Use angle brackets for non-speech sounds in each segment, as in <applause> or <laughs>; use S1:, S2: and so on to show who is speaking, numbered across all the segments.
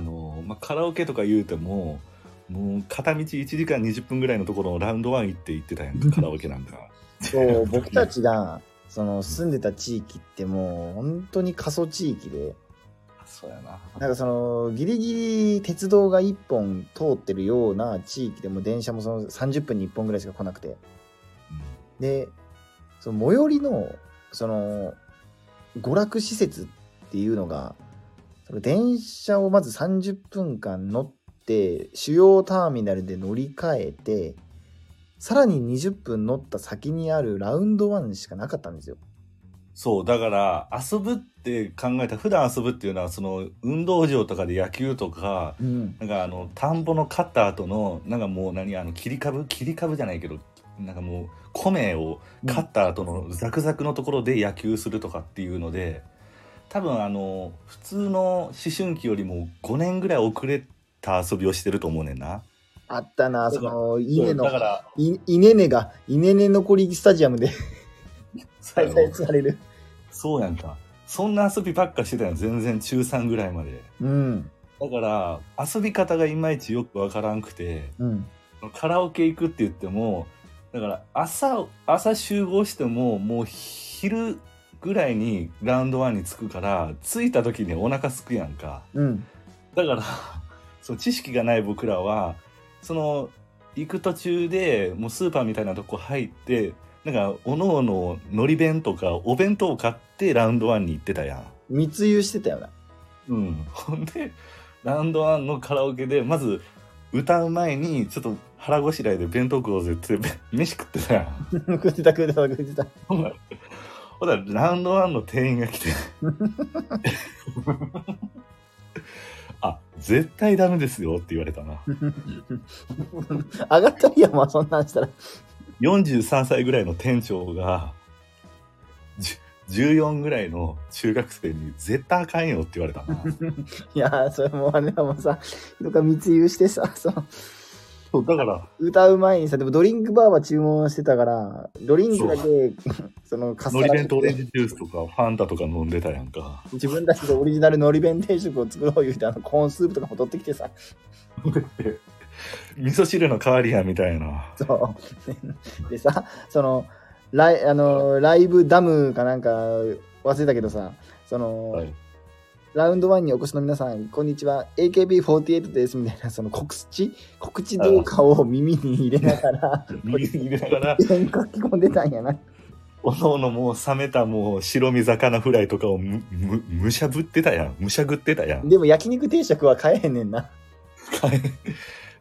S1: まあ、カラオケとか言うてももう片道1時間20分ぐらいのところのラウンドワン行って行ってたやんかカラオケなん <laughs> か
S2: そう、僕たちが、その住んでた地域ってもう本当に過疎地域で、
S1: そうやな
S2: なんかそのギリギリ鉄道が1本通ってるような地域でもう電車もその30分に1本ぐらいしか来なくて。で、その最寄りの、その、娯楽施設っていうのが、その電車をまず30分間乗って、主要ターミナルで乗り換えて、さらに20分乗った先にあるラウンドワンしかなかったんですよ。
S1: そうだから遊ぶって考えた普段遊ぶっていうのはその運動場とかで野球とか
S2: うん。
S1: なんかあの田んぼの刈った後のなんかもう何あの切り株切り株じゃないけどなんかもう米を刈った後のザクザクのところで野球するとかっていうので多分あの普通の思春期よりも5年ぐらい遅れた遊びをしてると思うねんな。
S2: あったな、その、稲の
S1: だ、から
S2: い稲根が、稲根残りスタジアムで開催される。
S1: そうやんかそんな遊びばっかしてたやん全然中3ぐらいまで。
S2: うん。
S1: だから遊び方がいまいちよくわからんくて
S2: うん。
S1: カラオケ行くって言ってもだから朝朝集合してももう昼ぐらいにラウンドワンに着くから着いた時にお腹すくやんか
S2: うん。
S1: だから <laughs> そう知識がない僕らはその行く途中でもうスーパーみたいなとこ入ってなんかおのおののり弁とかお弁当を買ってラウンドワンに行ってたやん。
S2: 密輸してたよな。 <laughs>
S1: うん、ほんでラウンドワンのカラオケでまず歌う前にちょっと腹ごしらえで弁当食おうぜってべ飯食ってたやん
S2: 食ってた食ってた食ってた。 <laughs>
S1: ほんならほんならラウンドワンの店員が来てあ絶対ダメですよって言われたな
S2: 上がったりやんまあそんなんしたら。
S1: 43歳ぐらいの店長がじゅ14ぐらいの中学生に絶対あかんよって言われたな
S2: いやー、それもあれはもうさ、とか密輸してさ、その、
S1: そうだから
S2: 歌う前にさ、でもドリンクバーは注文してたから、ドリンクだけ、 <laughs> その、カ
S1: のり弁とオレン
S2: で
S1: ジジュースとかファンタとか飲んでたやんか
S2: 自分たちでオリジナルのり弁定食を作ろう言うて、あの、コーンスープとかも取ってきてさ、
S1: 味噌汁の代わりやみたいな
S2: そう。でさ、その、ライあのライブダムかなんか忘れたけどさ、その、
S1: はい
S2: ラウンドワンにお越しの皆さん、こんにちは。AKB48 です。みたいな、その告知告知動画を耳に入れながら、
S1: 耳に入れながら
S2: 全書き込んでたんやな。
S1: おのおのもう冷めたもう白身魚フライとかをむむむしゃぶってたやんむしゃぐってた <laughs> やん
S2: でも焼肉定食は買えへんねんな。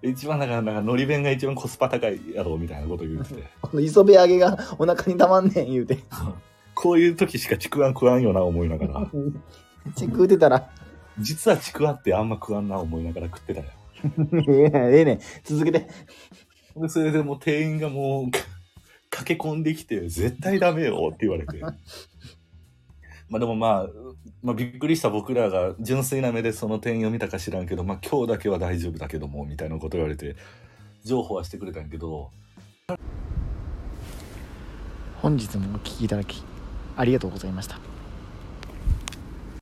S1: 一番だからなんかのり弁が一番コスパ高いやろみたいなこと言ってて
S2: この磯辺揚げがお腹にたまんねん言うて。
S1: こういう時しかちくわん食わんよな思いながら
S2: チェック打てたら、 <laughs>
S1: 実はちくわってあんま食わんな思いながら食ってたや
S2: ええねんええねん続けて。
S1: んでそれでもう店員がもう <laughs> か駆け込んできて絶対ダメよって言われて <laughs> まあでもまあ、まあ、びっくりした僕らが純粋な目でその店員を見たか知らんけど、まあ、今日だけは大丈夫だけどもみたいなこと言われて譲歩はしてくれたんやけど
S2: 本日もお聞きいただき、ありがとうございました。